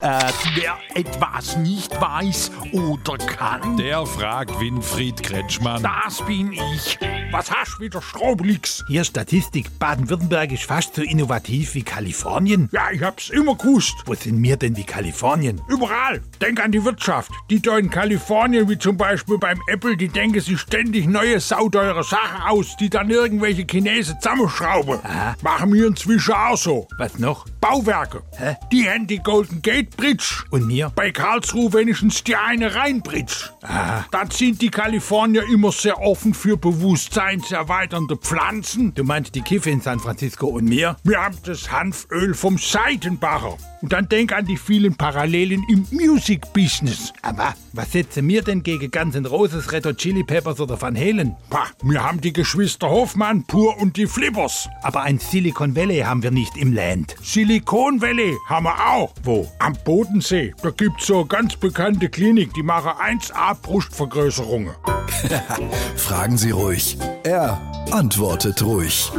Äh, wer etwas nicht weiß oder kann, Der fragt Winfried Kretschmann. das bin ich. Was hast du wieder, Stroblix? Hier Statistik, Baden-Württemberg ist fast so innovativ wie Kalifornien. Ja, ich hab's immer gewusst. Wo sind wir denn wie Kalifornien? Überall. Denk an die Wirtschaft. Die da in Kalifornien, wie zum Beispiel beim Apple, die denken sich ständig neue sauteure Sachen aus, die dann irgendwelche Chinesen zusammenschrauben. Machen wir inzwischen auch so. Was noch? Bauwerke. Hä? Die haben die Golden Gate Bridge. Und mir? Bei Karlsruhe wenigstens die eine Rheinbridge. Dann sind die Kalifornier immer sehr offen für bewusstseinserweiternde Pflanzen. Du meinst die Kiffe in San Francisco und mir? Wir haben das Hanföl vom Seidenbacher. Und dann denk an die vielen Parallelen im Music-Business. Aber was setzen wir denn gegen Guns N' Roses, Red Hot Chili Peppers oder Van Halen? Pa, wir haben die Geschwister Hoffmann, Pur und die Flippers. Aber ein Silicon Valley haben wir nicht im Land. Silicon Valley haben wir auch. Wo? Am Bodensee. Da gibt's so eine ganz bekannte Klinik, die machen 1A Brustvergrößerungen. Fragen Sie ruhig. Er antwortet ruhig.